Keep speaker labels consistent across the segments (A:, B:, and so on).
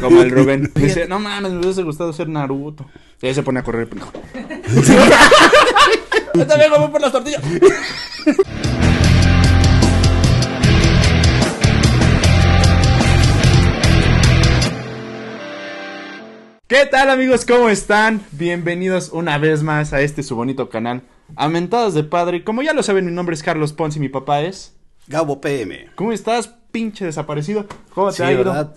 A: Como el Rubén. Dice, no mames, me hubiese gustado ser Naruto. Y ahí se pone a correr el pendejo. Yo también voy por las tortillas. ¿Qué tal amigos? ¿Cómo están? Bienvenidos una vez más a este su bonito canal. Amentadas de padre. Como ya lo saben, mi nombre es Carlos Ponce y mi papá es.
B: Gabo PM.
A: ¿Cómo estás, pinche desaparecido? ¿Cómo te
B: Sí,
A: ha ido?
B: ¿verdad?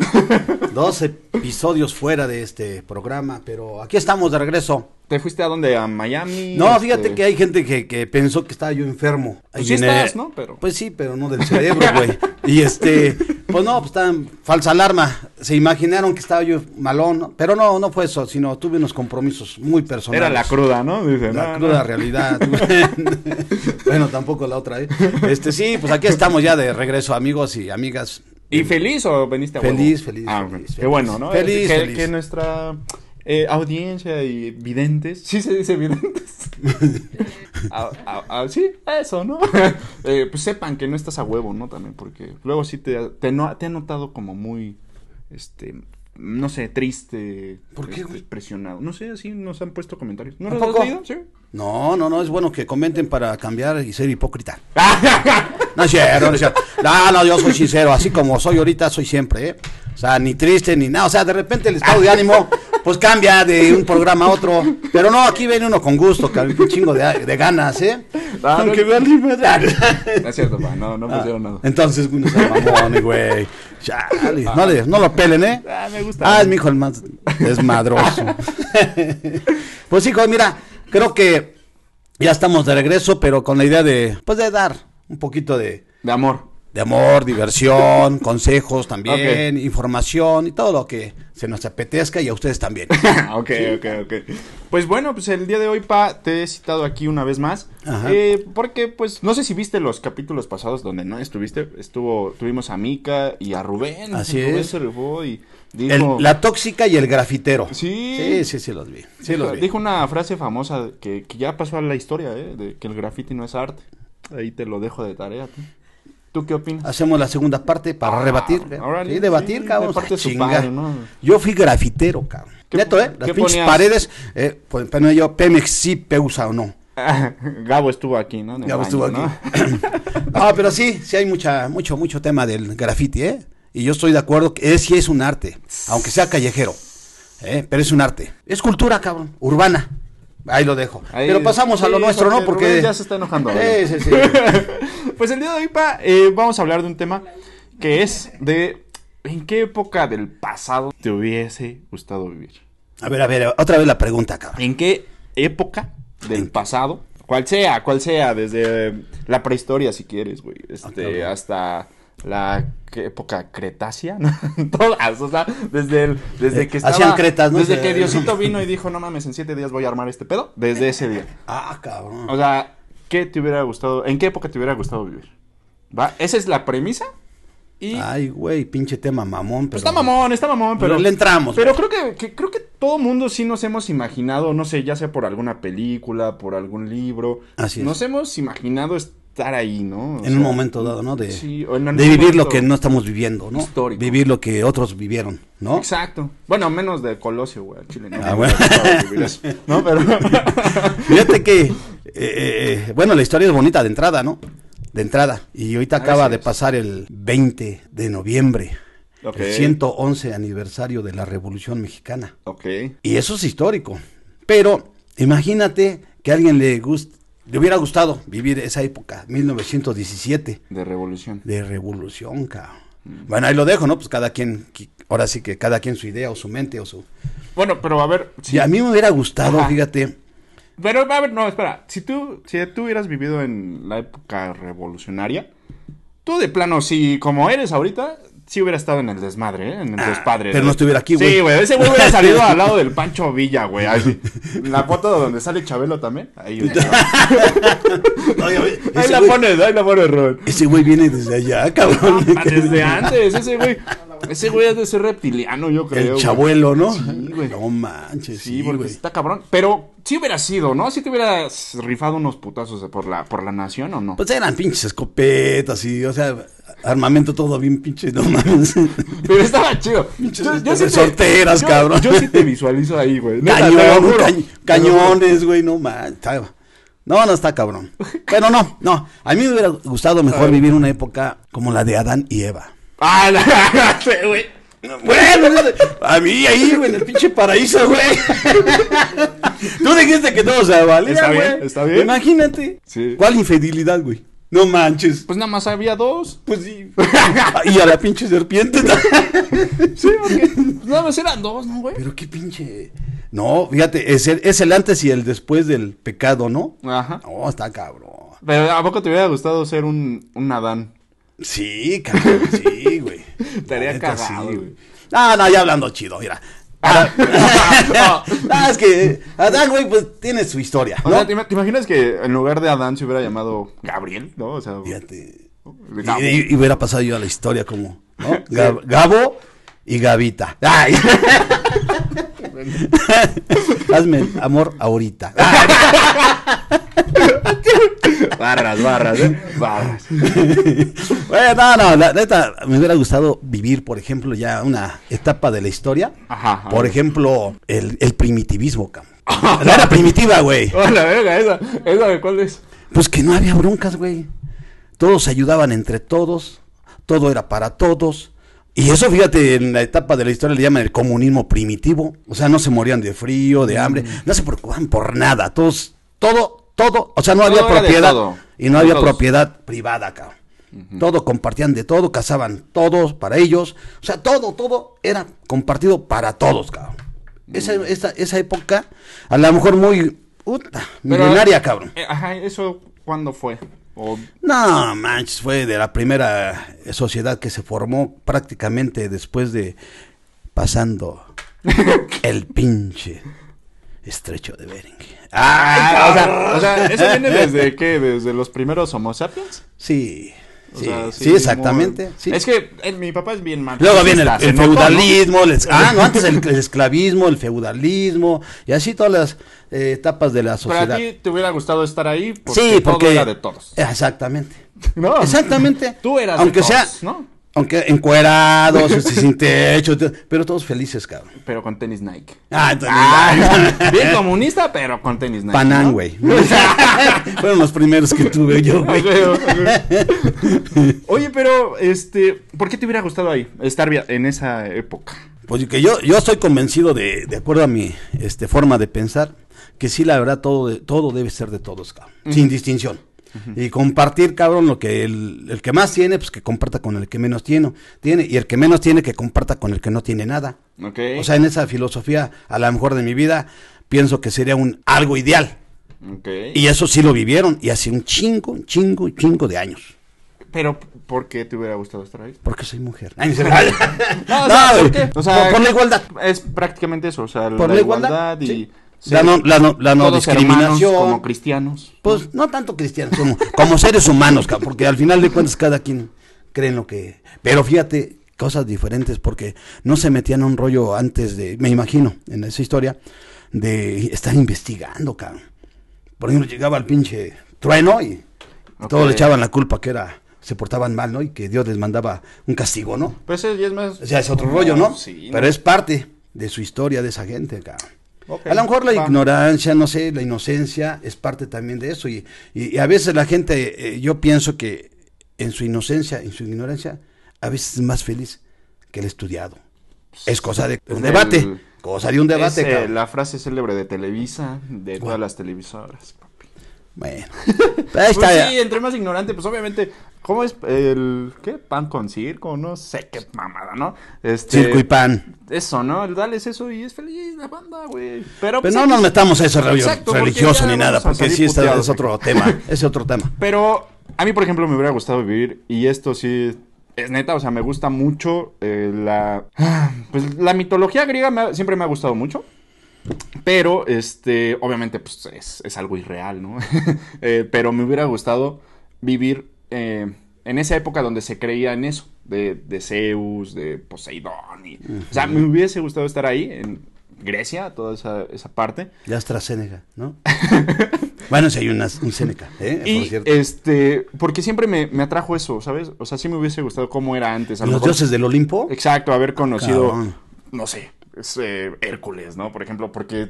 B: Dos episodios fuera de este programa, pero aquí estamos de regreso.
A: ¿Te fuiste a dónde? ¿A Miami?
B: No,
A: Este,
B: fíjate que hay gente que, que pensó que estaba yo enfermo.
A: Pues sí
B: Ahí en, eh,
A: estás, ¿no? Pero-
B: Pues sí, pero no del cerebro, güey. Y este, pues no, pues estaban, falsa alarma. Se imaginaron que estaba yo malón, ¿no? pero no, no fue eso, sino tuve unos compromisos muy personales.
A: Era la cruda, ¿no? Dice,
B: La
A: no,
B: cruda
A: no.
B: realidad. bueno, tampoco la otra, ¿eh? Este, sí, pues aquí estamos ya de regreso, amigos y amigas.
A: ¿Y feliz o veniste a huevo?
B: Feliz, feliz,
A: Ah,
B: feliz,
A: bueno, Qué
B: feliz.
A: bueno, ¿no?
B: Feliz,
A: que,
B: feliz.
A: que nuestra eh, audiencia y videntes. Sí se dice videntes. Ah, ah, ah, sí, eso, ¿no? Eh, pues sepan que no estás a huevo, ¿no? También, porque luego sí te, te, no, te ha notado como muy. Este. No sé, triste.
B: ¿Por qué,
A: este,
B: güey?
A: presionado. No sé, así nos han puesto comentarios. ¿No
B: ¿A
A: los has
B: poco?
A: leído? Sí.
B: No, no, no, es bueno que comenten para cambiar y ser hipócrita.
A: Ah,
B: No es cierto, no es cierto. No, no, yo soy sincero, así como soy ahorita, soy siempre, ¿eh? O sea, ni triste ni nada. O sea, de repente el estado de ánimo, pues cambia de un programa a otro. Pero no, aquí viene uno con gusto, con un chingo de, de ganas, ¿eh?
A: Ah,
B: Aunque
A: no.
B: me alimentan.
A: No es cierto, pa, no, no
B: Ah.
A: pusieron nada.
B: Entonces, uno se mamón, güey. Chale, no, le- no lo pelen, ¿eh?
A: Ah, me gusta.
B: Ah, es mi hijo el más desmadroso. pues hijo, mira, creo que ya estamos de regreso, pero con la idea de, pues de dar un poquito de,
A: De amor.
B: de amor, diversión, consejos también,
A: Ok.
B: información y todo lo que se nos apetezca y a ustedes también.
A: ok, ok, ok. Pues bueno, pues el día de hoy, pa, te he citado aquí una vez más.
B: Ajá.
A: eh, porque, pues, no sé si viste los capítulos pasados donde no estuviste. Estuvo, tuvimos a Mika y a Rubén.
B: Así
A: Rubén
B: es.
A: se rifó y
B: El-
A: dijo.
B: la tóxica y el grafitero.
A: Sí.
B: Sí, sí, sí los vi. Sí los vi.
A: Dijo una frase famosa que, que ya pasó a la historia, ¿eh? De que el graffiti no es arte. Ahí te lo dejo de tarea. ¿Tú, ¿Tú qué opinas?
B: Hacemos la segunda parte para rebatir. ¿eh?
A: Ah, órale,
B: Sí, debatir,
A: sí,
B: cabrón.
A: reparte
B: Ah,
A: su
B: chinga.
A: padre, ¿no?
B: Yo fui grafitero, cabrón.
A: ¿Qué
B: Neto, ¿eh?
A: pon-
B: Las
A: qué
B: pinches
A: ponías?
B: paredes, eh, pues, pero yo, Pemex sí peusa o no.
A: Gabo estuvo aquí, ¿no? En el
B: Ya
A: baño,
B: estuvo aquí.
A: ¿no?
B: Ah, pero sí, sí hay mucha, mucho, mucho tema del graffiti, ¿eh? Y yo estoy de acuerdo que es, sí es un arte, aunque sea callejero, ¿eh? Pero es un arte. Es cultura, cabrón, urbana. Ahí lo dejo.
A: Ahí-
B: pero pasamos a lo
A: sí,
B: nuestro, ¿no?
A: porque Rubén
B: Porque...
A: ya se está enojando.
B: Sí, sí, sí.
A: pues el día de hoy, pa, eh, vamos a hablar de un tema que es de en qué época del pasado te hubiese gustado vivir.
B: A ver, a ver, otra vez la pregunta, cabrón.
A: ¿En qué época del pasado? Cual sea, cual sea, desde eh, la prehistoria si quieres, güey, este,
B: cabrón.
A: hasta la ¿qué época cretácea, ¿no? todas, o sea, desde el, desde que estaba,
B: Hacían Eh, cretas, ¿no?
A: desde
B: Sí.
A: que Diosito vino y dijo, no mames, en siete días voy a armar este pedo, desde ese día.
B: Ah, cabrón.
A: O sea, ¿qué te hubiera gustado? ¿En qué época te hubiera gustado vivir? ¿Va? Esa es la premisa. Y
B: Ay, güey, pinche tema mamón.
A: pues,
B: pero-
A: está mamón, está mamón, pero.
B: Pero le entramos,
A: Pero creo que, que- creo que todo mundo sí nos hemos imaginado, no sé, ya sea por alguna película, por algún libro.
B: Así es.
A: Nos hemos imaginado estar ahí, ¿no? O
B: En
A: sea,
B: un momento dado, ¿no? De,
A: sí, o en algún
B: de vivir
A: momento.
B: lo que no estamos viviendo, ¿no?
A: Histórico.
B: Vivir lo que otros vivieron, ¿no?
A: Exacto. Bueno, menos de Colosio, güey, al Chile. No,
B: Ah, bueno.
A: no, pero.
B: Fíjate que, eh, eh, eh, bueno, la historia es bonita de entrada, ¿no? De entrada. Y ahorita acaba
A: Ah, Así
B: de
A: es.
B: pasar el 20 de noviembre,
A: Ok.
B: el 111 aniversario de la Revolución Mexicana.
A: ok.
B: Y eso es histórico. Pero imagínate que a alguien le, gust- le hubiera gustado vivir esa época, 1917.
A: De revolución.
B: De revolución, cabrón. Bueno, ahí lo dejo, ¿no? Pues cada quien, qui- ahora sí que cada quien su idea o su mente o su...
A: Bueno, pero a ver.
B: Si a mí me hubiera gustado,
A: Ajá.
B: fíjate,
A: Pero, a ver, no, espera. Si tú, si tú hubieras vivido en la época revolucionaria, tú de plano, si como eres ahorita, sí hubiera estado en el desmadre, ¿eh? En el despadre.
B: pero no estuviera aquí, güey.
A: Sí, güey. Ese güey hubiera salido al lado del Pancho Villa, güey. Así. La foto donde sale Chabelo también. Ahí, ahí
B: ese,
A: la
B: güey,
A: pones, ahí la pones, Rubén.
B: ese güey viene desde allá, cabrón.
A: Ah, Desde antes, ese güey. Ese güey es de ser reptiliano, yo creo.
B: El
A: güey.
B: chabuelo, ¿no?
A: Sí, güey.
B: No manches.
A: Sí, porque está cabrón. Pero sí hubiera sido, ¿no? Si te hubieras rifado unos putazos por la, por la nación o no.
B: Pues eran pinches escopetas y, o sea, armamento todo bien pinches, no mames.
A: Pero estaba chido.
B: Pinches
A: te-
B: sorteras,
A: yo-
B: cabrón.
A: Yo sí te visualizo ahí, güey. Neta, te lo
B: Cañón,
A: juro.
B: cañ-
A: Te lo juro.
B: cañones, güey, no manches. No, no está cabrón. Pero no, no. A mí me hubiera gustado mejor vivir una época como la de Adán y Eva.
A: Ah, la- sí, güey.
B: Bueno, a mí ahí, güey, en el pinche paraíso, güey. Tú dijiste que todo se valía,
A: Está bien,
B: güey.
A: está bien.
B: Imagínate.
A: Sí.
B: ¿Cuál infidelidad, güey? No manches.
A: Pues nada más había dos.
B: Pues sí. y a la pinche serpiente. ¿no?
A: Sí, porque nada más eran dos, ¿no, güey?
B: Pero qué pinche. No, fíjate, es el, es el antes y el después del pecado, ¿no?
A: Ajá.
B: No, está cabrón.
A: Pero ¿a poco te hubiera gustado ser un, un Adán?
B: Sí, cabrón, sí, güey.
A: Estaría
B: La neta,
A: cagado, güey.
B: No, no, ya hablando chido, mira.
A: Ah.
B: Ah, es que Adán, güey, pues tiene su historia,
A: O
B: ¿no?
A: sea, ¿te, ima- te imaginas que en lugar de Adán se hubiera llamado Gabriel? ¿No? O sea,
B: Fíjate.
A: Pues Gabo.
B: Y, y- y hubiera pasado yo a la historia como, ¿no? Gab- Gabo y Gavita. Ay. Hazme el amor ahorita.
A: barras, barras, ¿eh? Barras.
B: Bueno, no, no, la neta, me hubiera gustado vivir, por ejemplo, ya una etapa de la historia.
A: Ajá, ajá.
B: Por ejemplo, el, el primitivismo, cabrón. La era primitiva, güey.
A: Hola, verga, esa, esa de cuál es.
B: Pues que no había broncas, güey. Todos se ayudaban entre todos, todo era para todos. Y eso, fíjate, en la etapa de la historia le llaman el comunismo primitivo. O sea, no se morían de frío, de
A: Mm.
B: hambre, no se preocupaban por nada. Todos, todo, todo. O sea, no
A: Todo
B: había
A: era de
B: propiedad.
A: todo,
B: Y no
A: de
B: había
A: todos.
B: propiedad privada, cabrón. Todo compartían de todo, cazaban todos para ellos. O sea, todo, todo era compartido para todos, cabrón. Esa,
A: Mm.
B: esa, esa época, a lo mejor muy. Puta,
A: Pero-
B: milenaria, cabrón.
A: Eh, Ajá, ¿eso cuándo fue? O-
B: No, manches, fue de la primera eh, sociedad que se formó prácticamente después de pasando el pinche estrecho de Bering.
A: Ah, o
B: Ah,
A: sea, o sea, ¿eso viene desde qué? ¿Desde los primeros Homo sapiens?
B: sí,
A: O
B: sí,
A: sea,
B: sí, exactamente.
A: muy-
B: sí.
A: Es que eh, mi papá es bien mal.
B: Luego viene el,
A: Se
B: el
A: notó, ¿no?
B: feudalismo, el es- ah, no, antes el, el esclavismo, el feudalismo, y así todas las eh, etapas de la
A: Pero a
B: sociedad.
A: ti te hubiera gustado estar ahí porque,
B: sí, porque
A: todo era de todos.
B: Exactamente.
A: No.
B: Exactamente.
A: Tú eras de
B: Aunque sea,
A: todos, ¿no?
B: Aunque encuerados, este, sin techo, te- pero todos felices, cabrón.
A: Pero con tenis Nike.
B: Ah, entonces.
A: Ah, bien comunista, pero con tenis Nike.
B: Panán,
A: ¿no?
B: güey. Fueron los primeros que tuve yo,
A: A
B: güey.
A: huevo, a huevo. Oye, pero, este, ¿por qué te hubiera gustado ahí? Estar via- en esa época.
B: Pues que yo, yo estoy convencido de, de acuerdo a mi este, forma de pensar, que sí, la verdad, todo, de- todo debe ser de todos, cabrón. Sin distinción. Y compartir, cabrón, lo que el, el que más tiene, pues que comparta con el que menos tiene, tiene. Y el que menos tiene, que comparta con el que no tiene nada.
A: Ok.
B: O sea, en esa filosofía, a lo mejor de mi vida, pienso que sería un algo ideal.
A: Ok.
B: Y eso sí lo vivieron, y hace un chingo, un chingo, un chingo de años.
A: Pero, ¿por qué te hubiera gustado estar ahí?
B: Porque soy mujer. Ay, no, se vale.
A: No, o
B: No,
A: sea, ¿por
B: güey,
A: qué? O
B: por-
A: sea,
B: por la igualdad.
A: Es prácticamente eso, o sea,
B: Por la igualdad,
A: y...
B: sí.
A: ser
B: la no, la no, la no
A: todos hermanos
B: discriminación.
A: como cristianos.
B: Pues no tanto cristianos, como, como seres humanos, cabrón, porque al final de cuentas cada quien cree en lo que... Pero fíjate, cosas diferentes, porque no se metían en un rollo antes de, me imagino, en esa historia, de estar investigando, cabrón. Por ejemplo, llegaba el pinche trueno y, y todos
A: Ok.
B: le echaban la culpa que era, se portaban mal, ¿no? Y que Dios les mandaba un castigo, ¿no?
A: Pues eso ya es más...
B: O sea, es otro rollo, ¿no?
A: Sí.
B: Pero es parte de su historia, de esa gente, cabrón.
A: Ok,
B: A lo mejor la
A: va.
B: ignorancia, no sé, la inocencia es parte también de eso. Y, y- y a veces la gente, eh, yo pienso que en su inocencia, en su ignorancia, a veces es más feliz que el estudiado. Es cosa de
A: Es
B: un debate.
A: el-
B: cosa de un debate,
A: Es, eh,
B: cabrón.
A: la frase célebre de Televisa, de todas las televisoras.
B: Bueno. Ahí está.
A: Pues sí, entre más ignorante, pues obviamente, ¿cómo es el qué? Pan con circo, no sé qué mamada, ¿no? Este,
B: Circo y pan.
A: Eso, ¿no? Dales eso y es feliz la banda, güey. Pero, pues,
B: Pero
A: aquí-
B: no nos metamos a ese rollo
A: Exacto, porque
B: religioso
A: ya
B: ni nada,
A: vamos a
B: porque
A: salir
B: sí, está-
A: puteados
B: es otro tema. Es otro tema.
A: Pero a mí, por ejemplo, me hubiera gustado vivir y esto sí es neta, o sea, me gusta mucho eh, la pues la mitología griega me ha- siempre me ha gustado mucho. Pero, este, obviamente, pues es, es algo irreal, ¿no? Eh, pero me hubiera gustado vivir eh, en esa época donde se creía en eso, de, de Zeus, de Poseidón. y- O sea, me hubiese gustado estar ahí, en Grecia, toda esa, esa parte.
B: De AstraZeneca, ¿no? bueno, si hay unas- un Seneca, ¿eh? Por
A: Y,
B: cierto.
A: este, porque siempre me, me atrajo eso, ¿sabes? O sea, sí me hubiese gustado cómo era antes. a lo
B: Los
A: mejor-
B: dioses del Olimpo.
A: Exacto, haber conocido,
B: Cabrón.
A: no sé, es, eh, Hércules, ¿no? Por ejemplo, porque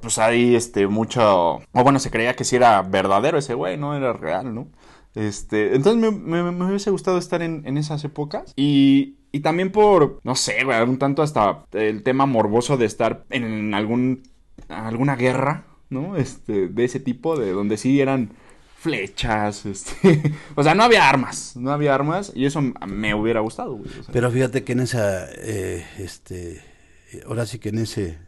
A: pues hay este mucho, o bueno, se creía que si era verdadero ese güey, no era real, ¿no? Este, entonces me, me- me hubiese gustado estar en, en esas épocas y, y también por, no sé, güey, un tanto hasta el tema morboso de estar en algún, alguna guerra, ¿no? Este, de ese tipo, de donde sí eran flechas, este, o sea, no había armas, no había armas y eso me hubiera gustado, güey. o sea.
B: Pero fíjate que en esa, eh, este, eh, ahora sí que en ese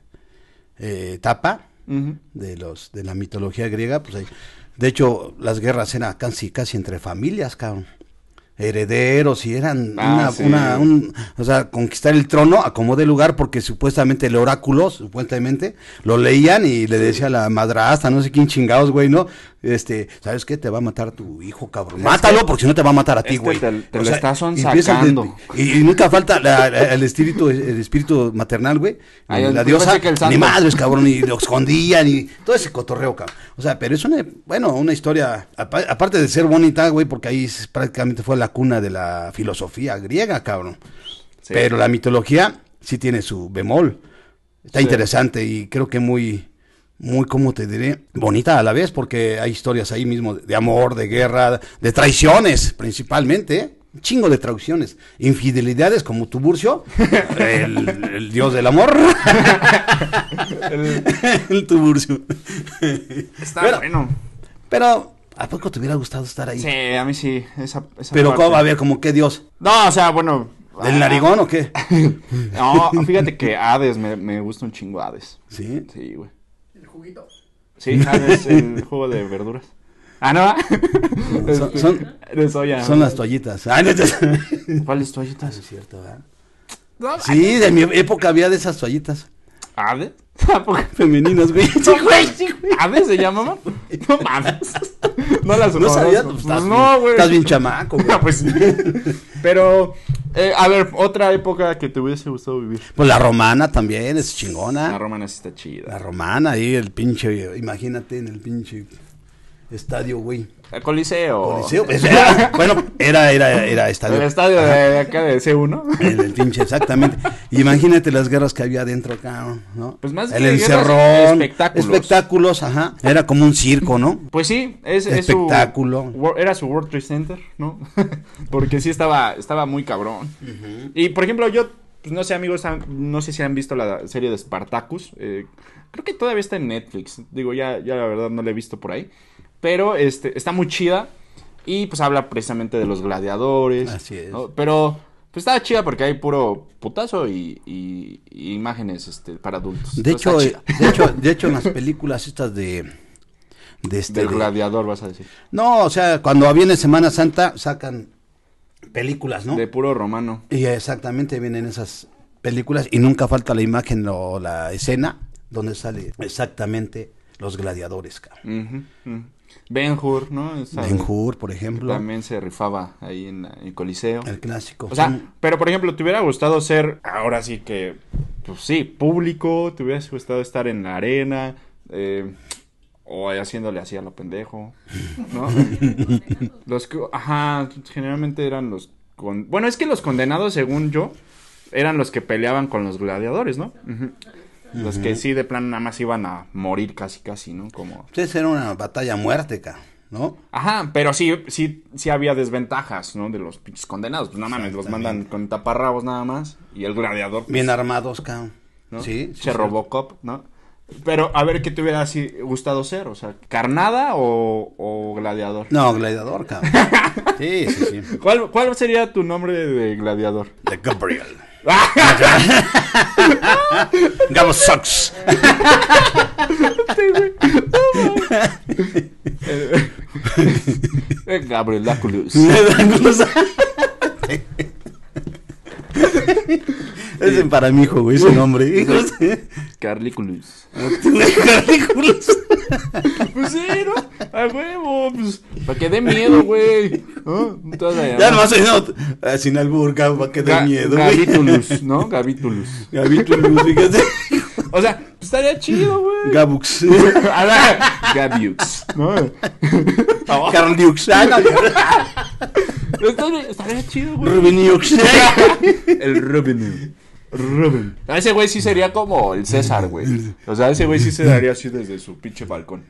B: eh, etapa
A: Ujú.
B: de los, de la mitología griega, pues hay, de hecho, las guerras eran casi, casi entre familias, cabrón. Herederos y eran
A: Ah,
B: una,
A: sí.
B: una- un- o sea, conquistar el trono a como de lugar porque supuestamente el oráculo, supuestamente, lo leían y le decía a la madrastra, no sé quién chingados, güey, ¿no? Este, ¿sabes qué? Te va a matar tu hijo, cabrón. Mátalo porque si no te va a matar a ti,
A: este
B: güey.
A: te- te
B: O
A: lo
B: sea,
A: estás
B: empiezas de-
A: sonsacando.
B: y, y nunca falta la- la- el espíritu el espíritu maternal, güey.
A: Ay,
B: la
A: yo
B: diosa,
A: pensé que el santo.
B: ni madres, cabrón, y lo escondían y todo ese cotorreo, cabrón. O sea, pero es una, bueno, una historia, apa- aparte de ser bonita, güey, porque ahí es- prácticamente fue la cuna de la filosofía griega, cabrón.
A: Sí.
B: Pero la mitología sí tiene su bemol. Está
A: Sí.
B: interesante y creo que muy, muy, ¿cómo te diré? Bonita a la vez, porque hay historias ahí mismo de amor, de guerra, de traiciones principalmente, ¿eh? Un chingo de traiciones, infidelidades como Tuburcio, el, el dios del amor,
A: El-
B: el Tuburcio.
A: está
B: Pero-
A: bueno.
B: Pero, ¿a poco te hubiera gustado estar ahí?
A: Sí, a mí sí. Esa, esa
B: Pero,
A: parte.
B: ¿cómo? A ver, ¿como qué dios?
A: No, o sea, bueno.
B: ¿Del
A: ah,
B: narigón o qué?
A: No, fíjate que Hades, me, me gusta un chingo Hades.
B: Sí.
A: Sí, güey. ¿El juguito? Sí, Hades, el jugo de verduras. Ah, no.
B: son- son-
A: de soya.
B: Son las toallitas. Ah, no,
A: ¿Cuáles toallitas?
B: es cierto, ¿verdad?
A: No,
B: Sí, de mi época había de esas toallitas
A: ¿Hades? ¿A poco?
B: femeninas, güey.
A: Sí, güey, sí, güey. ¿Hades se llamaban? No mames. No las
B: No sabías,
A: conozco.
B: pues, estás,
A: No,
B: bien,
A: güey.
B: estás bien chamaco, güey.
A: Ah, pues sí. Pero, eh, a ver, otra época que te hubiese gustado vivir.
B: Pues la romana también es
A: La
B: chingona.
A: romana sí está
B: La
A: chida.
B: romana ahí, el pinche, imagínate en el pinche estadio, güey.
A: El Coliseo.
B: Coliseo, pues, era- bueno, era, era, era estadio.
A: El estadio de acá de C1.
B: El, el pinche, exactamente. Imagínate las guerras que había adentro, cabrón, ¿no?
A: Pues más
B: el
A: que guerras,
B: encerrón.
A: espectáculos.
B: Espectáculos, ajá. Era como un circo, ¿no?
A: Pues sí, es, es su-
B: Espectáculo.
A: wor- era su World Trade Center, ¿no? Porque sí estaba, estaba muy cabrón. Y por ejemplo, yo, pues, no sé, amigos, han- no sé si han visto la serie de Spartacus. eh, creo que todavía está en Netflix. Digo, ya, ya la verdad no la he visto por ahí. Pero este, está muy chida. Y pues habla precisamente de los gladiadores.
B: Así es.
A: ¿no? Pero. Pues estaba chida porque hay puro putazo y, y- y imágenes este, para adultos.
B: De
A: Entonces,
B: hecho,
A: está
B: eh, de hecho, de hecho, en las películas estas de. De
A: chida.
B: este.
A: Del
B: de-
A: gladiador, vas a decir.
B: No, o sea, cuando viene Semana Santa sacan películas, ¿no?
A: De puro romano.
B: Y exactamente vienen esas películas y nunca falta la imagen o la escena donde sale exactamente los gladiadores, cabrón.
A: Ujú, ujú. Ben Hur, ¿no? Esa-
B: Ben Hur, por ejemplo,
A: También se rifaba ahí en, la- en el Coliseo.
B: el clásico.
A: O sea,
B: Son-
A: pero por ejemplo, ¿te hubiera gustado ser, ahora sí que, pues sí, público? ¿Te hubiera gustado estar en la arena? Eh, o haciéndole así a lo pendejo, ¿no? los que, ajá, generalmente eran los, con- bueno, es que los condenados, según yo, eran los que peleaban con los gladiadores, ¿no? Ujú. Los que sí, de plano, nada más iban a morir casi, casi, ¿no? Como...
B: Entonces era una batalla a muerte, cabrón, ¿no?
A: Ajá, pero sí, sí, sí había desventajas, ¿no? De los pinches condenados. Pues nada más los mandan con taparrabos nada más. Y el gladiador, pues,
B: Bien armados, cabrón.
A: ¿no?
B: Sí, sí,
A: Se
B: sí.
A: robó Cop, ¿no? Pero a ver qué te hubiera así gustado ser, o sea, ¿carnada o, o gladiador?
B: No, gladiador, cabrón. Sí, sí, sí.
A: ¿Cuál, ¿Cuál sería tu nombre de gladiador?
B: De Gabriel. Gabo Sox.
A: Eh, Gabriel Laculus.
B: Ese para mi hijo, güey, su nombre.
A: Carliculus.
B: Carliculus.
A: Pues sí, ¿no? A huevo, pues. Para que dé miedo, güey. ¿no? Entonces,
B: Ya nomás diciendo, eh, sin albur, Gab, va a quedar
A: Ga-
B: miedo, güey.
A: Gavitulus, ¿no? Gavitulus.
B: Gabitulus, fíjate.
A: O sea, pues, estaría chido, güey.
B: Gabux.
A: A la- Gaviux, ¿no?
B: Carl Dukes. Ay, Ah, no,
A: Estaría, estaría chido, güey.
B: Rubin Dukes.
A: El Robin. Robin. A ese güey sí sería como el César, güey. O sea, ese güey sí se daría así desde su pinche balcón.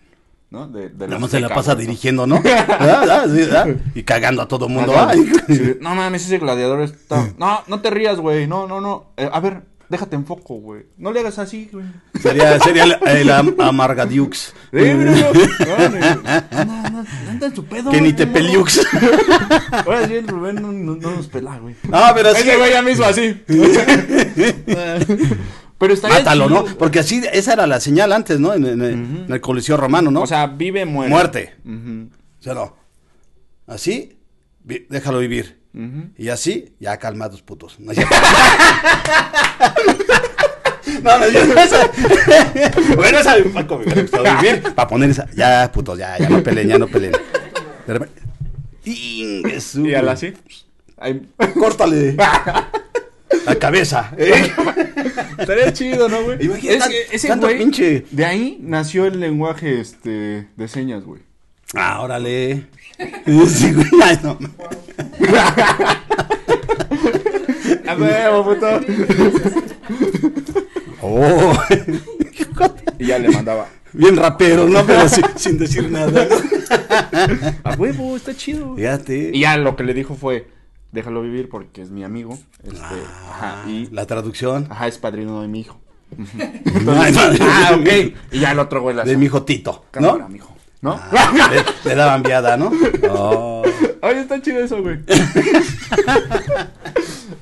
A: ¿No? De, de
B: Nada más se la
A: Azteca,
B: pasa
A: güey, ¿no?
B: dirigiendo, ¿no? Ah, ah, sí, ah. Y cagando a todo mundo.
A: Ajá.
B: Ay.
A: Sí, No mames, ese gladiador está. No, no te rías, güey. No, no, no. Eh, a ver, déjate en foco, güey. No le hagas así, güey.
B: Sería, sería el, el am- Amargadukes.
A: Eh, mira, mira. No, no, no, no, anda en su pedo.
B: Que ni
A: güey,
B: te
A: no.
B: peliux.
A: Ahora sí, el Rubén no, no- no nos pela, güey.
B: Ah, pero así.
A: Ese güey ya mismo así. Pero está
B: Mátalo, ¿no? Porque así, esa era la señal antes, ¿no? En, en- en el Coliseo Romano, ¿no?
A: O sea, vive, muere.
B: muerte.
A: Ujú,
B: O sea, no. Así, vi- déjalo vivir.
A: ujú.
B: Y así, ya calmados putos. No, es cierto. no, no, es cierto, esa- Bueno, esa Paco me hubiera gustado vivir. Para poner esa. Ya, putos, ya, ya no peleen, ya no peleen. De repente. ¡Ingue su-
A: Y al así. pues, Ay,
B: Córtale. Eh. La cabeza.
A: Estaría chido, ¿no, güey?
B: Imagínate
A: Es que
B: tan- tanto pinche-
A: De ahí nació el lenguaje este, de señas, güey.
B: Ah, órale. Sí, güey, ay, no.
A: A huevo, puto.
B: Oh.
A: Y ya le mandaba.
B: Bien rapero, ¿no? Pero sin, sin decir nada.
A: A huevo, está chido. güey.
B: Fíjate.
A: Y ya lo que le dijo fue, déjalo vivir porque es mi amigo. Este,
B: Ah,
A: ajá, y
B: la traducción.
A: ajá, es padrino de mi hijo.
B: Ay, no.
A: Ah, ok. Y ya el otro güey la
B: De mi hijo Tito,
A: Cámara,
B: ¿no?
A: mijo. Ah. ¿No?
B: Le, le daban viada, ¿no? Oh.
A: Oye, está chido eso, güey.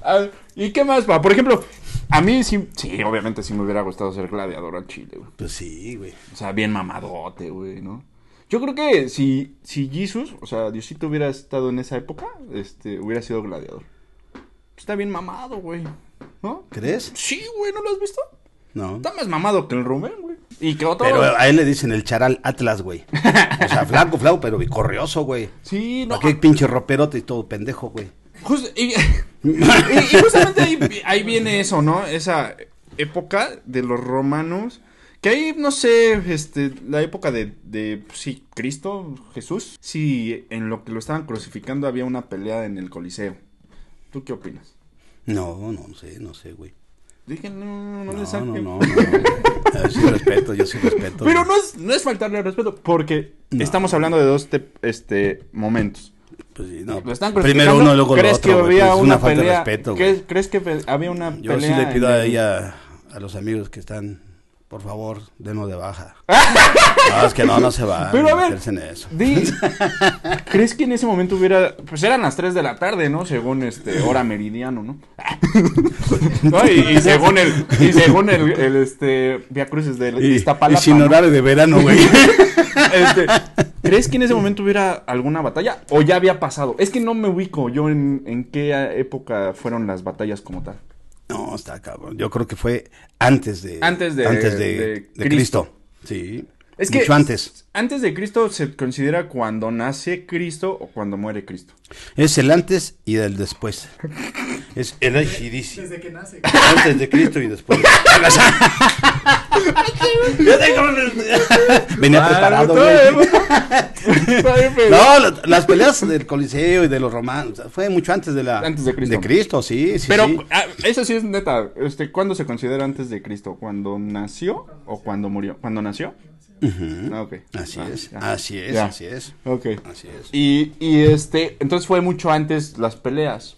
A: A ver, ¿Y qué más, pa? Por ejemplo, a mí sí, sí, obviamente sí me hubiera gustado ser gladiador al Chile, güey.
B: Pues sí, güey.
A: O sea, bien mamadote, güey, ¿no? Yo creo que si, si Jesus, o sea, Diosito hubiera estado en esa época, este, hubiera sido gladiador. Está bien mamado, güey. ¿No?
B: ¿Crees?
A: Sí, güey, ¿no lo has visto?
B: No.
A: Está más mamado que el Rubén, güey. Y que otro.
B: Pero a él le dicen el charal Atlas, güey. O sea, flaco, flaco, pero corrioso, güey.
A: Sí, no.
B: ¿Para qué pinche roperote y todo pendejo, güey?
A: Justo- y, y- y justamente ahí, ahí viene eso, ¿no? Esa época de los romanos. Que ahí, no sé, este, la época de, de pues sí, Cristo, Jesús. Sí, en lo que lo estaban crucificando había una pelea en el Coliseo. ¿Tú qué opinas?
B: No, no sé, no sé, güey.
A: Dije, no, no,
B: No,
A: le
B: no,
A: saquen.
B: no, no. Yo sí respeto, yo sí respeto.
A: Pero
B: güey.
A: no es, no es faltarle al respeto, porque
B: No.
A: estamos hablando de dos te- este, momentos.
B: Pues sí, no.
A: Lo están
B: Primero
A: crucificando,
B: uno, luego lo
A: ¿crees que
B: otro, güey.
A: había
B: Pues es
A: una
B: una falta de
A: pelea?
B: respeto,
A: ¿Crees,
B: güey.
A: crees que pe- había una pelea?
B: Yo sí le pido
A: en
B: a
A: el-
B: ella, a los amigos que están, por favor, denos de baja. No, es que no, no se va.
A: Ah, Pero a ver.
B: meterse en eso.
A: Di, ¿Crees que en ese momento hubiera.? Pues eran las 3 de la tarde, ¿no? Según este, hora meridiano, ¿no? No, Y, y según el. Y según el, el, este. Via Cruces de
B: Y,
A: Iztapalapa,
B: y sin
A: ¿no?
B: horario de verano, güey.
A: Este, ¿Crees que en ese momento hubiera alguna batalla? ¿O ya había pasado? Es que no me ubico yo en, en qué época fueron las batallas como tal.
B: No, está cabrón. Yo creo que fue antes de.
A: Antes de-
B: Antes de,
A: de
B: de Cristo. Sí.
A: Es que-
B: Mucho antes.
A: Antes de Cristo se considera cuando nace Cristo o cuando muere Cristo.
B: Es el antes y el después. Es el Ashidisi.
C: Desde que nace.
B: Antes de Cristo y después. Yo tengo-
A: Ah,
B: Venía preparado, güey. No, la- las peleas del Coliseo y de los romanos fue mucho antes de la
A: Antes de Cristo.
B: sí, sí.
A: Pero
B: sí.
A: ah, eso sí es neta. Este, ¿Cuándo se considera antes de Cristo? ¿Cuando nació o cuando murió? ¿Cuando nació?
B: Ujú.
A: Ah, ok.
B: Así
A: Ah,
B: es,
A: ya.
B: así es,
A: Ya.
B: así es,
A: Ok.
B: así es.
A: Y, y este, entonces fue mucho antes las peleas.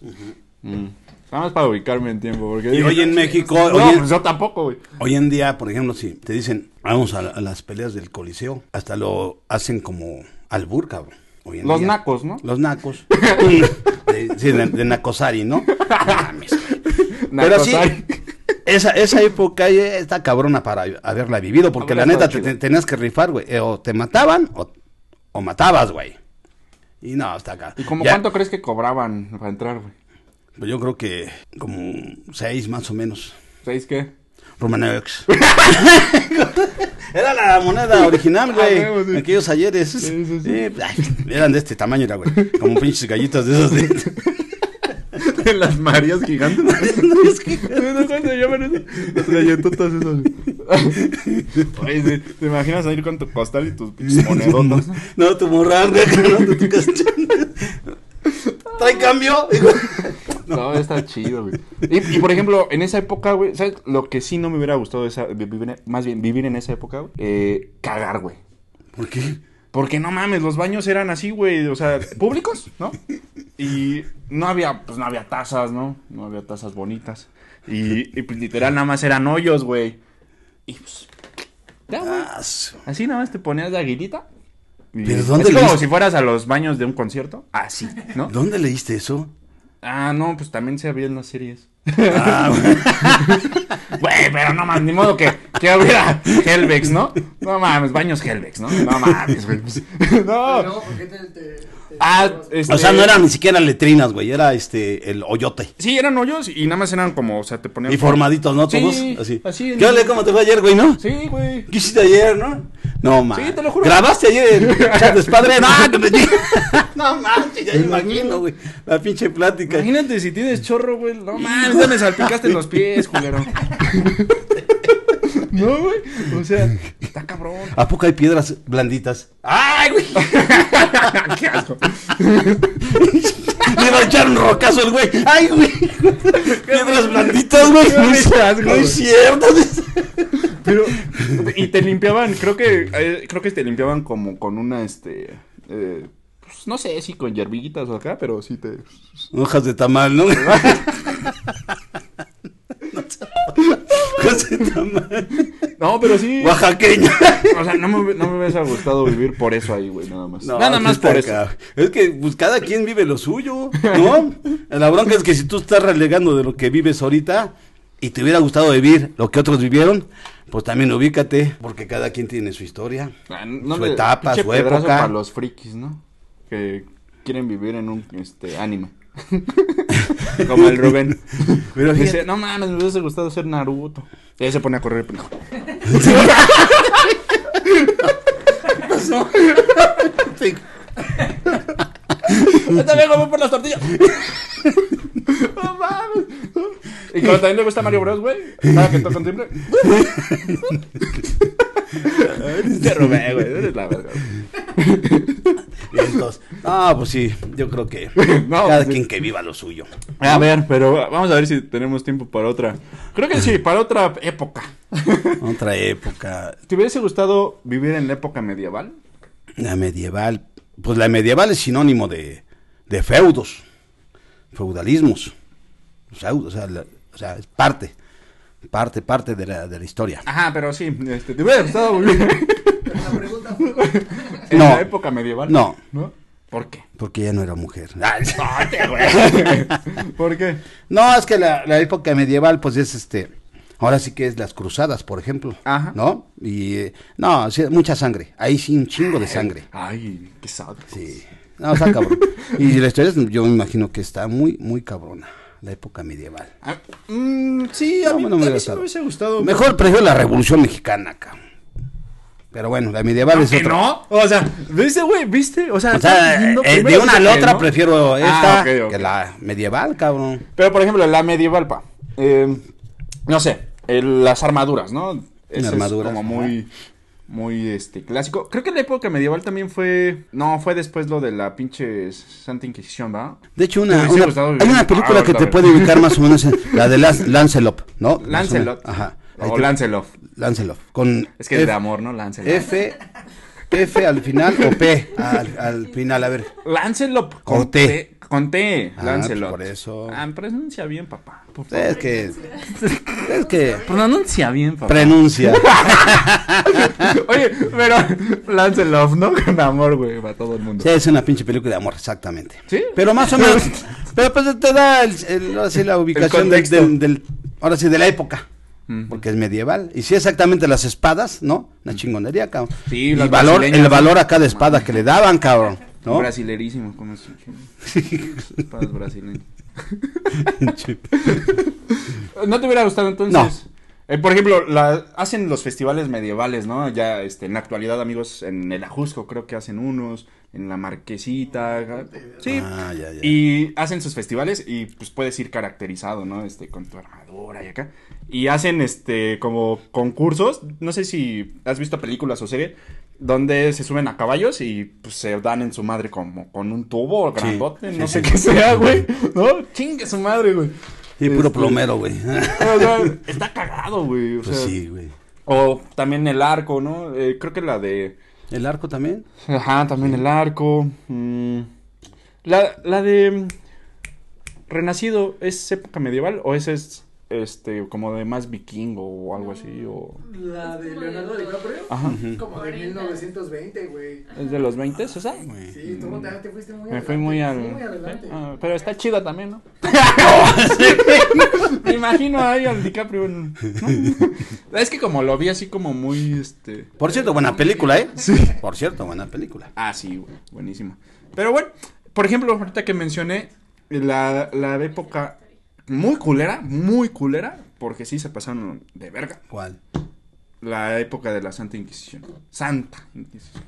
A: Mm. Nada más para ubicarme en tiempo. Porque
B: Y
A: dije, "Ah,
B: hoy en México,
A: No,
B: hoy, en,
A: pues yo tampoco, güey.
B: hoy en día, por ejemplo, si te dicen, vamos a, la- a las peleas del Coliseo, hasta lo hacen como albur, cabrón. hoy en
A: Los
B: día.
A: nacos, ¿no?
B: Los nacos. de, sí, de- de Nacosari, ¿no? No mames. Pero
A: Nacos
B: sí,
A: hay.
B: esa, esa época eh, está cabrona para haberla vivido, porque
A: Habría
B: la neta te,
A: estado
B: te-
A: chido.
B: tenías que rifar, güey. Eh, O te mataban o, o matabas, güey. Y no, hasta acá.
A: ¿Y como
B: Ya,
A: cuánto crees que cobraban para entrar, güey?
B: pues Yo creo que como seis más o menos.
A: ¿Seis qué?
B: Romanex. Era la moneda original, güey.
A: Ah, huevo, sí.
B: Aquellos ayeres.
A: Sí, sí, sí.
B: Sí, ay, eran de este tamaño, era, güey. Como pinches gallitas de esos. De...
A: De las marías gigantes.
B: No, es que-
A: ¿Sabes ¿Cómo se llaman esas? Las galletotas esas. Oye, ¿te, te imaginas salir con tu costal y tus pinches monedotas?
B: No, tu morral, güey. No, tu- tu cachón. ¿Trae cambio? Digo,
A: No, está chido, güey. Y, y, por ejemplo, en esa época, güey, ¿sabes? Lo que sí no me hubiera gustado esa, de vivir- más bien vivir en esa época, güey, eh, cagar, güey.
B: ¿Por qué?
A: Porque no mames, los baños eran así, güey, o sea, públicos, ¿no? Y no había, pues no había tazas, ¿no? No había tazas bonitas. Y, y, pues, literal nada más eran hoyos, güey. Y pues, ya, güey.
B: Ah, su-
A: Así nada más te ponías la aguilita. Y-
B: ¿Pero dónde
A: es
B: lo
A: como
B: hice?
A: si fueras a los baños de un concierto. Así, ¿no?
B: ¿Dónde leíste eso?
A: Ah, no, pues también se había en las series.
B: Ah, güey.
A: Güey, pero no mames, ni modo que, que hubiera Helvex, ¿no? No mames, baños Helvex, ¿no? No mames, güey. pues,
C: Pero
A: No.
C: luego, ¿por qué te- te- te-
A: Ah,
C: te-
A: este...
B: O sea, no eran ni siquiera letrinas, güey. Era este, el hoyote.
A: Sí, eran hoyos y nada más eran como, o sea, te ponían...
B: Y formaditos, ¿no? Todos
A: Sí,
B: así.
A: así en-
B: ¿Qué onda? ¿Cómo te fue ayer, güey, no?
A: Sí, güey.
B: ¿Qué hiciste ayer, no? No, man.
A: Sí, te lo juro.
B: ¿Grabaste ayer el chat de padre? No, que te- No, manches, ya imagino, güey. La pinche plática.
A: Imagínate si tienes chorro, güey. No mames, ya me salpicaste los pies, culero. No, güey. O sea, está cabrón.
B: ¿A poco hay piedras blanditas?
A: ¡Ay, güey! ¡Qué asco!
B: Le va a echar un rocazo el güey. ¡Ay, güey! Piedras blanditas, güey.
A: Qué
B: No es,
A: asco, güey.
B: no es cierto.
A: Pero, y te limpiaban, creo que, eh, creo que te limpiaban como con una, este, eh, pues, no sé si con yerbiguitas o acá, pero sí te...
B: Hojas de tamal, ¿no? Hojas de tamal.
A: No, pero sí,
B: Oaxaqueña.
A: o sea, no me, no me hubiese gustado vivir por eso ahí, güey, nada más.
B: No,
A: nada
B: sí
A: más
B: está
A: por eso.
B: cabrón. Es que pues, cada quien vive lo suyo, ¿no? La bronca es que si tú estás relegando de lo que vives ahorita y te hubiera gustado vivir lo que otros vivieron, pues también ubícate, porque cada quien tiene su historia.
A: Ah, no
B: Su
A: le-
B: etapa,
A: pinche
B: su
A: pedrazo
B: época.
A: para los frikis, ¿no? Que quieren vivir en un este anime. Como el Rubén.
B: Pero
A: Dice,
B: fíjate,
A: no mames, me hubiese gustado ser Naruto. Y ahí se pone a correr el pendejo. Yo también como por las tortillas. no mames. Y como también le gusta Mario Bros, güey. Cada que tocan timbre. Te robé, güey. Eres la verga.
B: entonces, ah, pues sí, yo creo que
A: No,
B: cada
A: pues,
B: quien que viva lo suyo.
A: A ver, pero vamos a ver si tenemos tiempo para otra. Creo que sí, para otra época.
B: Otra época,
A: ¿Te hubiese gustado vivir en la época medieval?
B: la medieval. Pues la medieval es sinónimo de, de feudos, feudalismos. Feudos, o sea, la- o sea, es parte, parte, parte de la, de la historia.
A: Ajá, pero sí, este, te hubiera gustado vivir
C: La pregunta fue,
A: en
B: No.
A: la época medieval.
B: No.
A: ¿No? ¿Por qué?
B: Porque ella no era mujer.
A: ¿Por qué?
B: No, es que la, la época medieval, pues es este. Ahora sí que es las cruzadas, por ejemplo.
A: Ajá.
B: ¿No? Y. eh, No, sí, mucha sangre. Ahí sí, un chingo de sangre.
A: Ay, qué sad.
B: Sí. No, está cabrón. y la historia, es- yo me imagino que está muy, muy cabrona. La época medieval.
A: Ah, mm, sí, a
B: No,
A: mí,
B: no me
A: a
B: hubiera
A: mí sí me
B: gustado.
A: hubiese gustado.
B: Mejor prefiero la revolución mexicana, cabrón. Pero bueno, la medieval es
A: ¿Que
B: otra.
A: no? O sea, ¿viste, güey? ¿Viste? O sea,
B: O sea,
A: Ah, estás viendo
B: eh, de
A: primero
B: una a la
A: que
B: otra
A: no.
B: prefiero
A: Ah,
B: esta
A: ok, ok.
B: que la medieval, cabrón.
A: Pero, por ejemplo, la medieval, pa. eh, no sé, el- las armaduras, ¿no? Eso
B: Armaduras,
A: Es como
B: ajá.
A: muy, muy este, clásico. Creo que en la época medieval también fue... No, fue después lo de la pinche Santa Inquisición, ¿va?
B: De hecho,
A: Me
B: una,
A: hubiese
B: una-
A: gustado vivir
B: hay una
A: en-
B: película
A: Ah,
B: que
A: ahorita
B: te
A: veo.
B: puede ubicar más o menos, en- la de Lan- Lancelot, ¿no?
A: Lancelot.
B: Ajá. Ahí
A: O
B: te-
A: Lancelot.
B: Lancelot. Con
A: Es que es
B: F,
A: de amor, ¿no? Lancelot.
B: F, F al final o P al, al final, a ver.
A: Lancelot.
B: Con T.
A: Con T.
B: Ah,
A: Lancelot.
B: pues por eso.
A: Ah, pronuncia bien, papá. Por favor.
B: Es que, es que
A: Pronuncia bien, papá.
B: pronuncia.
A: Oye, pero Lancelot, ¿no? Con amor, güey, para todo el mundo.
B: Sí, es una pinche película de amor, exactamente.
A: ¿Sí?
B: Pero más o menos, pero pues te da el, el- ahora sí la ubicación del,
A: contexto.
B: del- del- ahora sí de la época.
A: Mm.
B: Porque es medieval. Y sí, exactamente las espadas, ¿no? Una chingonería, cabrón.
A: Sí,
B: Y
A: las
B: valor,
A: brasileñas,
B: el
A: ¿no?
B: valor a cada espada que le daban, cabrón. ¿No?
A: Brasilerísimo, como es. Espadas brasileñas. ¿No te Eh, hubiera gustado entonces?
B: No.
A: Eh, por ejemplo, la- hacen los festivales medievales, ¿no? Ya este, en la actualidad, amigos, en el Ajusco creo que hacen unos, en la Marquesita. Sí.
B: Ah, ya, ya.
A: Y hacen sus festivales y pues puedes ir caracterizado, ¿no? Este, con tu armadura y acá. Y hacen este como concursos, no sé si has visto películas o series, donde se suben a caballos y pues se dan en su madre como con un tubo grandote,
B: sí,
A: no
B: sí,
A: sé
B: sí.
A: qué sea, güey. No, chingue su madre, güey.
B: Sí, puro
A: Este,
B: plomero, güey.
A: o sea, está cagado, güey. O
B: Pues
A: sea,
B: sí, güey.
A: o también el arco, ¿no? Eh, creo que la de.
B: ¿El arco también?
A: Ajá, también el arco. mm. La, la de. mm, Renacido, ¿es época medieval o ese es este como de más vikingo o algo así? O...
C: La de Leonardo DiCaprio.
A: Ajá.
C: Como de 1920, güey.
A: ¿Es de los 20? ¿Es esa?
C: Sí, tú te, te fuiste muy
A: Mm. Me
C: adelante.
A: fui muy al.
C: Muy adelante.
A: Ah, pero está chida también, ¿no? Me imagino ahí al DiCaprio. en- ¿no? es que como lo vi así como muy este.
B: Por cierto, buena película, ¿eh? Sí. Por cierto, buena película.
A: Ah, sí, güey, buenísimo. Pero bueno, por ejemplo, ahorita que mencioné la, la época muy culera, muy culera, porque sí se pasaron de verga,
B: ¿Cuál?
A: la época de la Santa Inquisición. Santa Inquisición.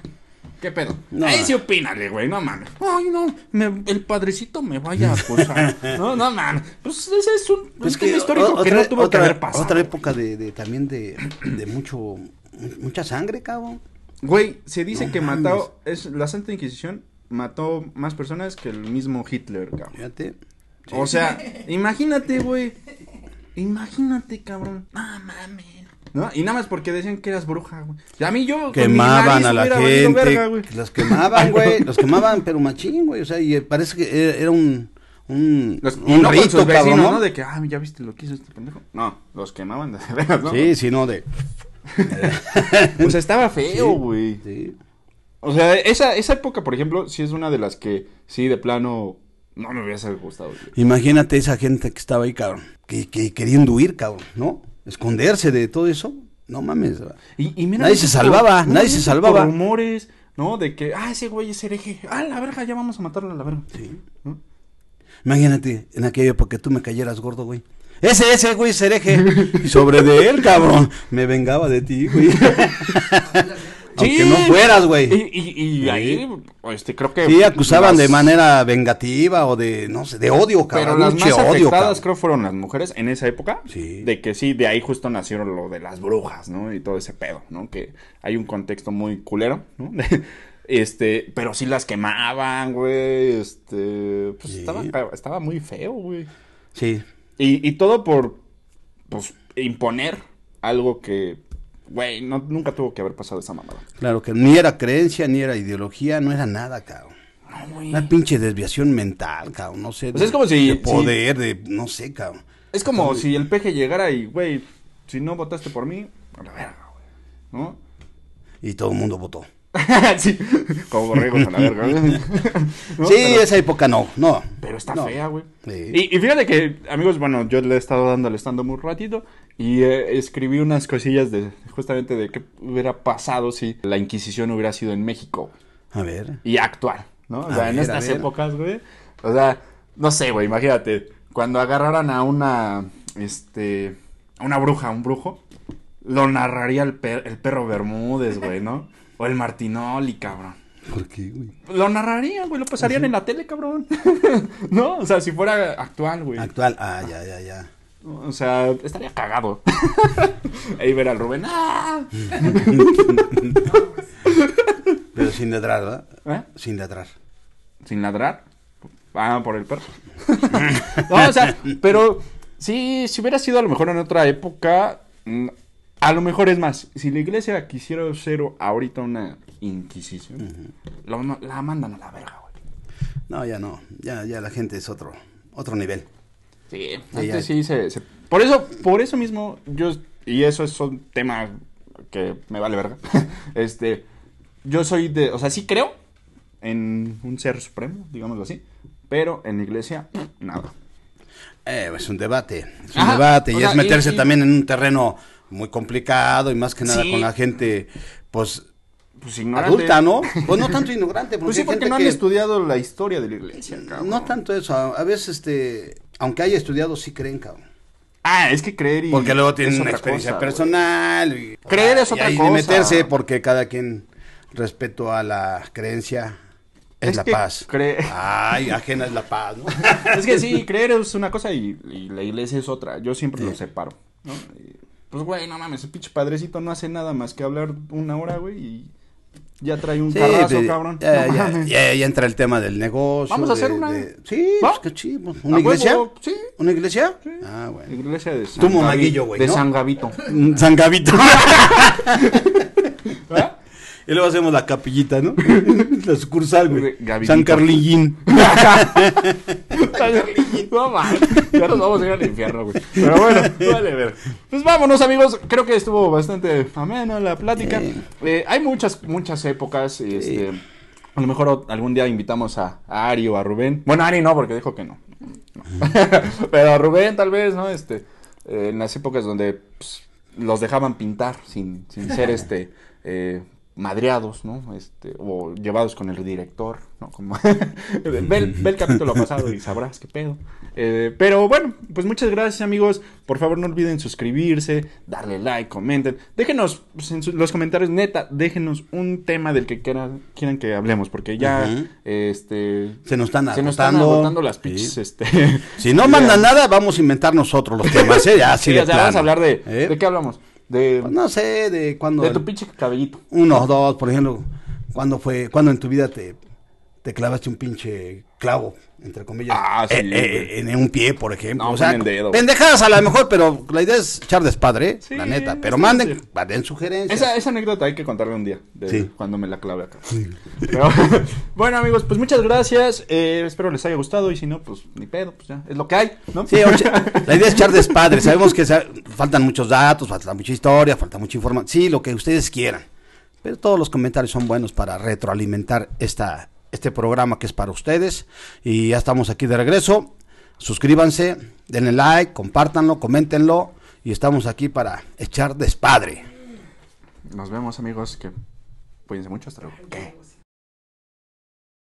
A: ¿Qué pedo?
B: No.
A: Ahí sí opínale, güey, no mames. Ay, no, me- el padrecito me vaya a acusar. no, no mames. Pues ese es un, es un tema histórico
B: o-
A: que
B: otra-
A: no tuvo
B: otra- e-
A: que haber pasado.
B: Otra época de, de- también de, de mucho, mucha sangre, cabrón.
A: Güey, se dice
B: No
A: que
B: mames.
A: mató, es, la Santa Inquisición mató más personas que el mismo Hitler, cabrón.
B: Fíjate.
A: O sea, imagínate, güey. Imagínate, cabrón. No mames. ¿No? Y nada más porque decían que eras bruja, güey. Y a mí yo. con mi
B: Quemaban
A: nariz
B: a la
A: hubiera valido
B: gente.
A: verga, güey.
B: los quemaban, güey. los quemaban, pero machín, güey. O sea, y eh, parece que era, era un, un,
A: Los- y
B: un
A: no con
B: rito,
A: sus vecinos,
B: cabrón.
A: ¿no?
B: ¿no?
A: De que, ah, ya viste lo que hizo este pendejo. No, los quemaban de veras, ¿no?
B: Sí, sí, no, de.
A: O sea, estaba feo, güey.
B: Sí.
A: O sea, esa, esa época, por ejemplo, sí es una de las que, sí, de plano, no me hubiese gustado. güey.
B: Imagínate esa gente que estaba ahí, cabrón. Que, que queriendo huir, cabrón, ¿no? Esconderse de todo eso. No mames. va.
A: Y, y mira,
B: Nadie se salvaba,
A: no,
B: nadie se
A: por
B: salvaba.
A: rumores, ¿no? De que, ah, ese güey es hereje. Ah, la verga, ya vamos a matarlo a la verga.
B: Sí.
A: ¿No?
B: Imagínate en aquella época que tú me cayeras gordo, güey. Ese, ese, güey, es hereje. Y sobre de él, cabrón. Me vengaba de ti, güey. Aunque no fueras, güey.
A: Y, y- y
B: Sí.
A: ahí, este, creo que.
B: Sí, acusaban de
A: las-
B: manera vengativa o de, no sé, de odio,
A: Pero
B: cabrón.
A: las
B: mucho
A: más
B: odio,
A: afectadas
B: cabrón.
A: creo fueron las mujeres en esa época.
B: Sí.
A: De que sí, de ahí justo nacieron lo de las brujas, ¿no? Y todo ese pedo, ¿no? Que hay un contexto muy culero, ¿no? este, pero sí las quemaban, güey. Este, pues
B: Sí.
A: estaba, ca- estaba muy feo, güey.
B: Sí.
A: Y, y todo por, pues, imponer algo que, güey, no, nunca tuvo que haber pasado esa mamada.
B: Claro que ni era creencia, ni era ideología, no era nada, cabrón.
A: No, güey.
B: Una pinche desviación mental, cabrón, no sé.
A: Pues es
B: de-
A: como si-
B: De
A: si-
B: poder, de... No sé, cabrón.
A: Es como si el peje llegara y, güey, si no votaste por mí, a la verga, güey. ¿No?
B: Y todo el mundo votó.
A: sí, como borregos a la verga. ¿No?
B: sí,
A: pero,
B: esa época no, no.
A: pero está
B: no.
A: fea, güey.
B: Sí.
A: Y, y fíjate que, amigos, bueno, yo le he estado dando al stand un ratito y eh, escribí unas cosillas de justamente de qué hubiera pasado si la Inquisición hubiera sido en México
B: A ver.
A: y actual, ¿no? O
B: A
A: sea, en
B: ver,
A: estas
B: a ver.
A: épocas, güey. O sea, no sé, güey, imagínate. Cuando agarraran a una, este, a una bruja, a un brujo, lo narraría el, per- el perro Bermúdez, güey, ¿no? O el Martinoli, cabrón.
B: ¿Por qué, güey?
A: Lo narrarían, güey, lo pasarían en la tele, cabrón. ¿No? O sea, si fuera actual, güey.
B: Actual. Ah, ya, ya, ya.
A: O sea, estaría cagado. Ahí ver al Rubén. ¡Ah!
B: Pero sin ladrar, ¿verdad?
A: ¿Eh?
B: Sin ladrar.
A: sin ladrar. Ah, por el perro. no, o sea, pero sí, si hubiera sido a lo mejor en otra época, mm, a lo mejor es más, si la iglesia quisiera hacer ahorita una inquisición, lo- no- la mandan a la verga, güey.
B: No, ya no. Ya, ya la gente es otro, otro nivel.
A: Sí,
B: Sí,
A: antes
B: ya.
A: sí se, se- Por eso, por eso mismo, yo... Y eso es un tema que me vale verga. este, yo soy de... O sea, sí creo en un ser supremo, digámoslo así, pero en la iglesia, nada.
B: Eh, es un debate. Es un
A: Ajá,
B: debate. Y
A: o sea,
B: es meterse
A: y- y-
B: también en un terreno muy complicado y más que nada
A: Sí.
B: con la gente, pues,
A: Pues ignorante.
B: adulta, ¿no? Pues no tanto ignorante. Porque
A: Pues sí,
B: hay
A: porque
B: gente
A: no han
B: que-
A: estudiado la historia de la iglesia, cabrón.
B: No tanto eso, a, a veces, este, aunque haya estudiado, sí creen, cabrón.
A: Ah, es que creer y.
B: Porque luego
A: es
B: tienen una
A: otra
B: experiencia
A: cosa, güey.
B: personal. y-
A: Creer es
B: y
A: otra
B: ahí ni
A: cosa.
B: meterse porque cada quien, respeto a la creencia, es,
A: Es
B: la
A: que
B: paz.
A: cre-
B: Ay, ajena es la paz, ¿no?
A: Es que sí, creer es una cosa y, y la iglesia es otra. Yo siempre lo separo, ¿no? Y, pues, güey, no mames, el pinche padrecito no hace nada más que hablar una hora, güey, y ya trae un
B: Sí,
A: carrazo,
B: pues,
A: cabrón.
B: Ya,
A: No
B: ya-
A: mames.
B: ya- ya entra el tema del negocio.
A: Vamos a hacer
B: de-
A: una.
B: de- Sí,
A: ¿Va?
B: pues, qué chido.
A: ¿A
B: ¿Una
A: huevo?
B: iglesia?
A: Sí.
B: ¿Una iglesia? Ah, bueno.
A: Iglesia de San
B: Tú,
A: Gavi-
B: monaguillo, güey,
A: De
B: ¿no?
A: San Gavito.
B: San Gavito.
A: ¿Ah?
B: y luego hacemos la capillita, ¿no? la sucursal, güey.
A: Gavitito.
B: San Carlillín.
A: no mames, ya nos vamos a ir al infierno, güey. Pero bueno, vale, ver. Pues vámonos, amigos. Creo que estuvo bastante amena la plática.
B: Sí.
A: Eh, hay muchas, muchas épocas. Este, A lo mejor o- algún día invitamos a, a Ari o a Rubén. Bueno, Ari no, porque dijo que no. No. Pero a Rubén, tal vez, ¿no? Este, eh, en las épocas donde pues, los dejaban pintar sin, sin ser este. eh, madreados, ¿no? Este, o llevados con el director, ¿no? Como... ve, el, ve el capítulo pasado y sabrás qué pedo. Eh, pero bueno, pues muchas gracias amigos. Por favor no olviden suscribirse, darle like, comenten. Déjenos pues, en su- los comentarios, neta, déjenos un tema del que quieran, quieran que hablemos, porque ya,
B: Ujú.
A: este...
B: Se nos están
A: Se nos están
B: agotando.
A: agotando las pinches,
B: Sí.
A: este...
B: Si no mandan
A: ideas.
B: nada, vamos a inventar nosotros los temas, ¿eh? Ya, así
A: Sí,
B: de
A: o sea, vamos
B: plano.
A: a hablar de...
B: ¿Eh?
A: ¿De qué hablamos? De,
B: Pues No sé, de cuándo.
A: de
B: el-
A: tu pinche cabellito.
B: Unos, dos, por ejemplo. ¿Cuándo fue, cuándo en tu vida te, te clavaste un pinche clavo, entre comillas?
A: Ah, sí,
B: Eh,
A: güey.
B: eh, en un pie, por ejemplo.
A: No,
B: o sea,
A: fue en el dedo.
B: pendejadas a lo mejor, pero la idea es echar despadre,
A: Sí,
B: la neta. Pero
A: sí,
B: manden,
A: sí.
B: manden sugerencias.
A: Esa, esa anécdota hay que contarla un día, de
B: Sí.
A: cuando me la clave acá. Pero, bueno, amigos, pues muchas gracias. eh, espero les haya gustado y si no, pues ni pedo, pues ya, es lo que hay, ¿no?
B: Sí, oche- la idea es echar despadre. Sabemos que sa- faltan muchos datos, falta mucha historia, falta mucha información. Sí, lo que ustedes quieran. Pero todos los comentarios son buenos para retroalimentar esta, este programa que es para ustedes. Y ya estamos aquí de regreso. Suscríbanse, denle like, compártanlo, coméntenlo. Y estamos aquí para echar despadre.
A: Nos vemos, amigos, que cuídense mucho, hasta luego. ¿Qué?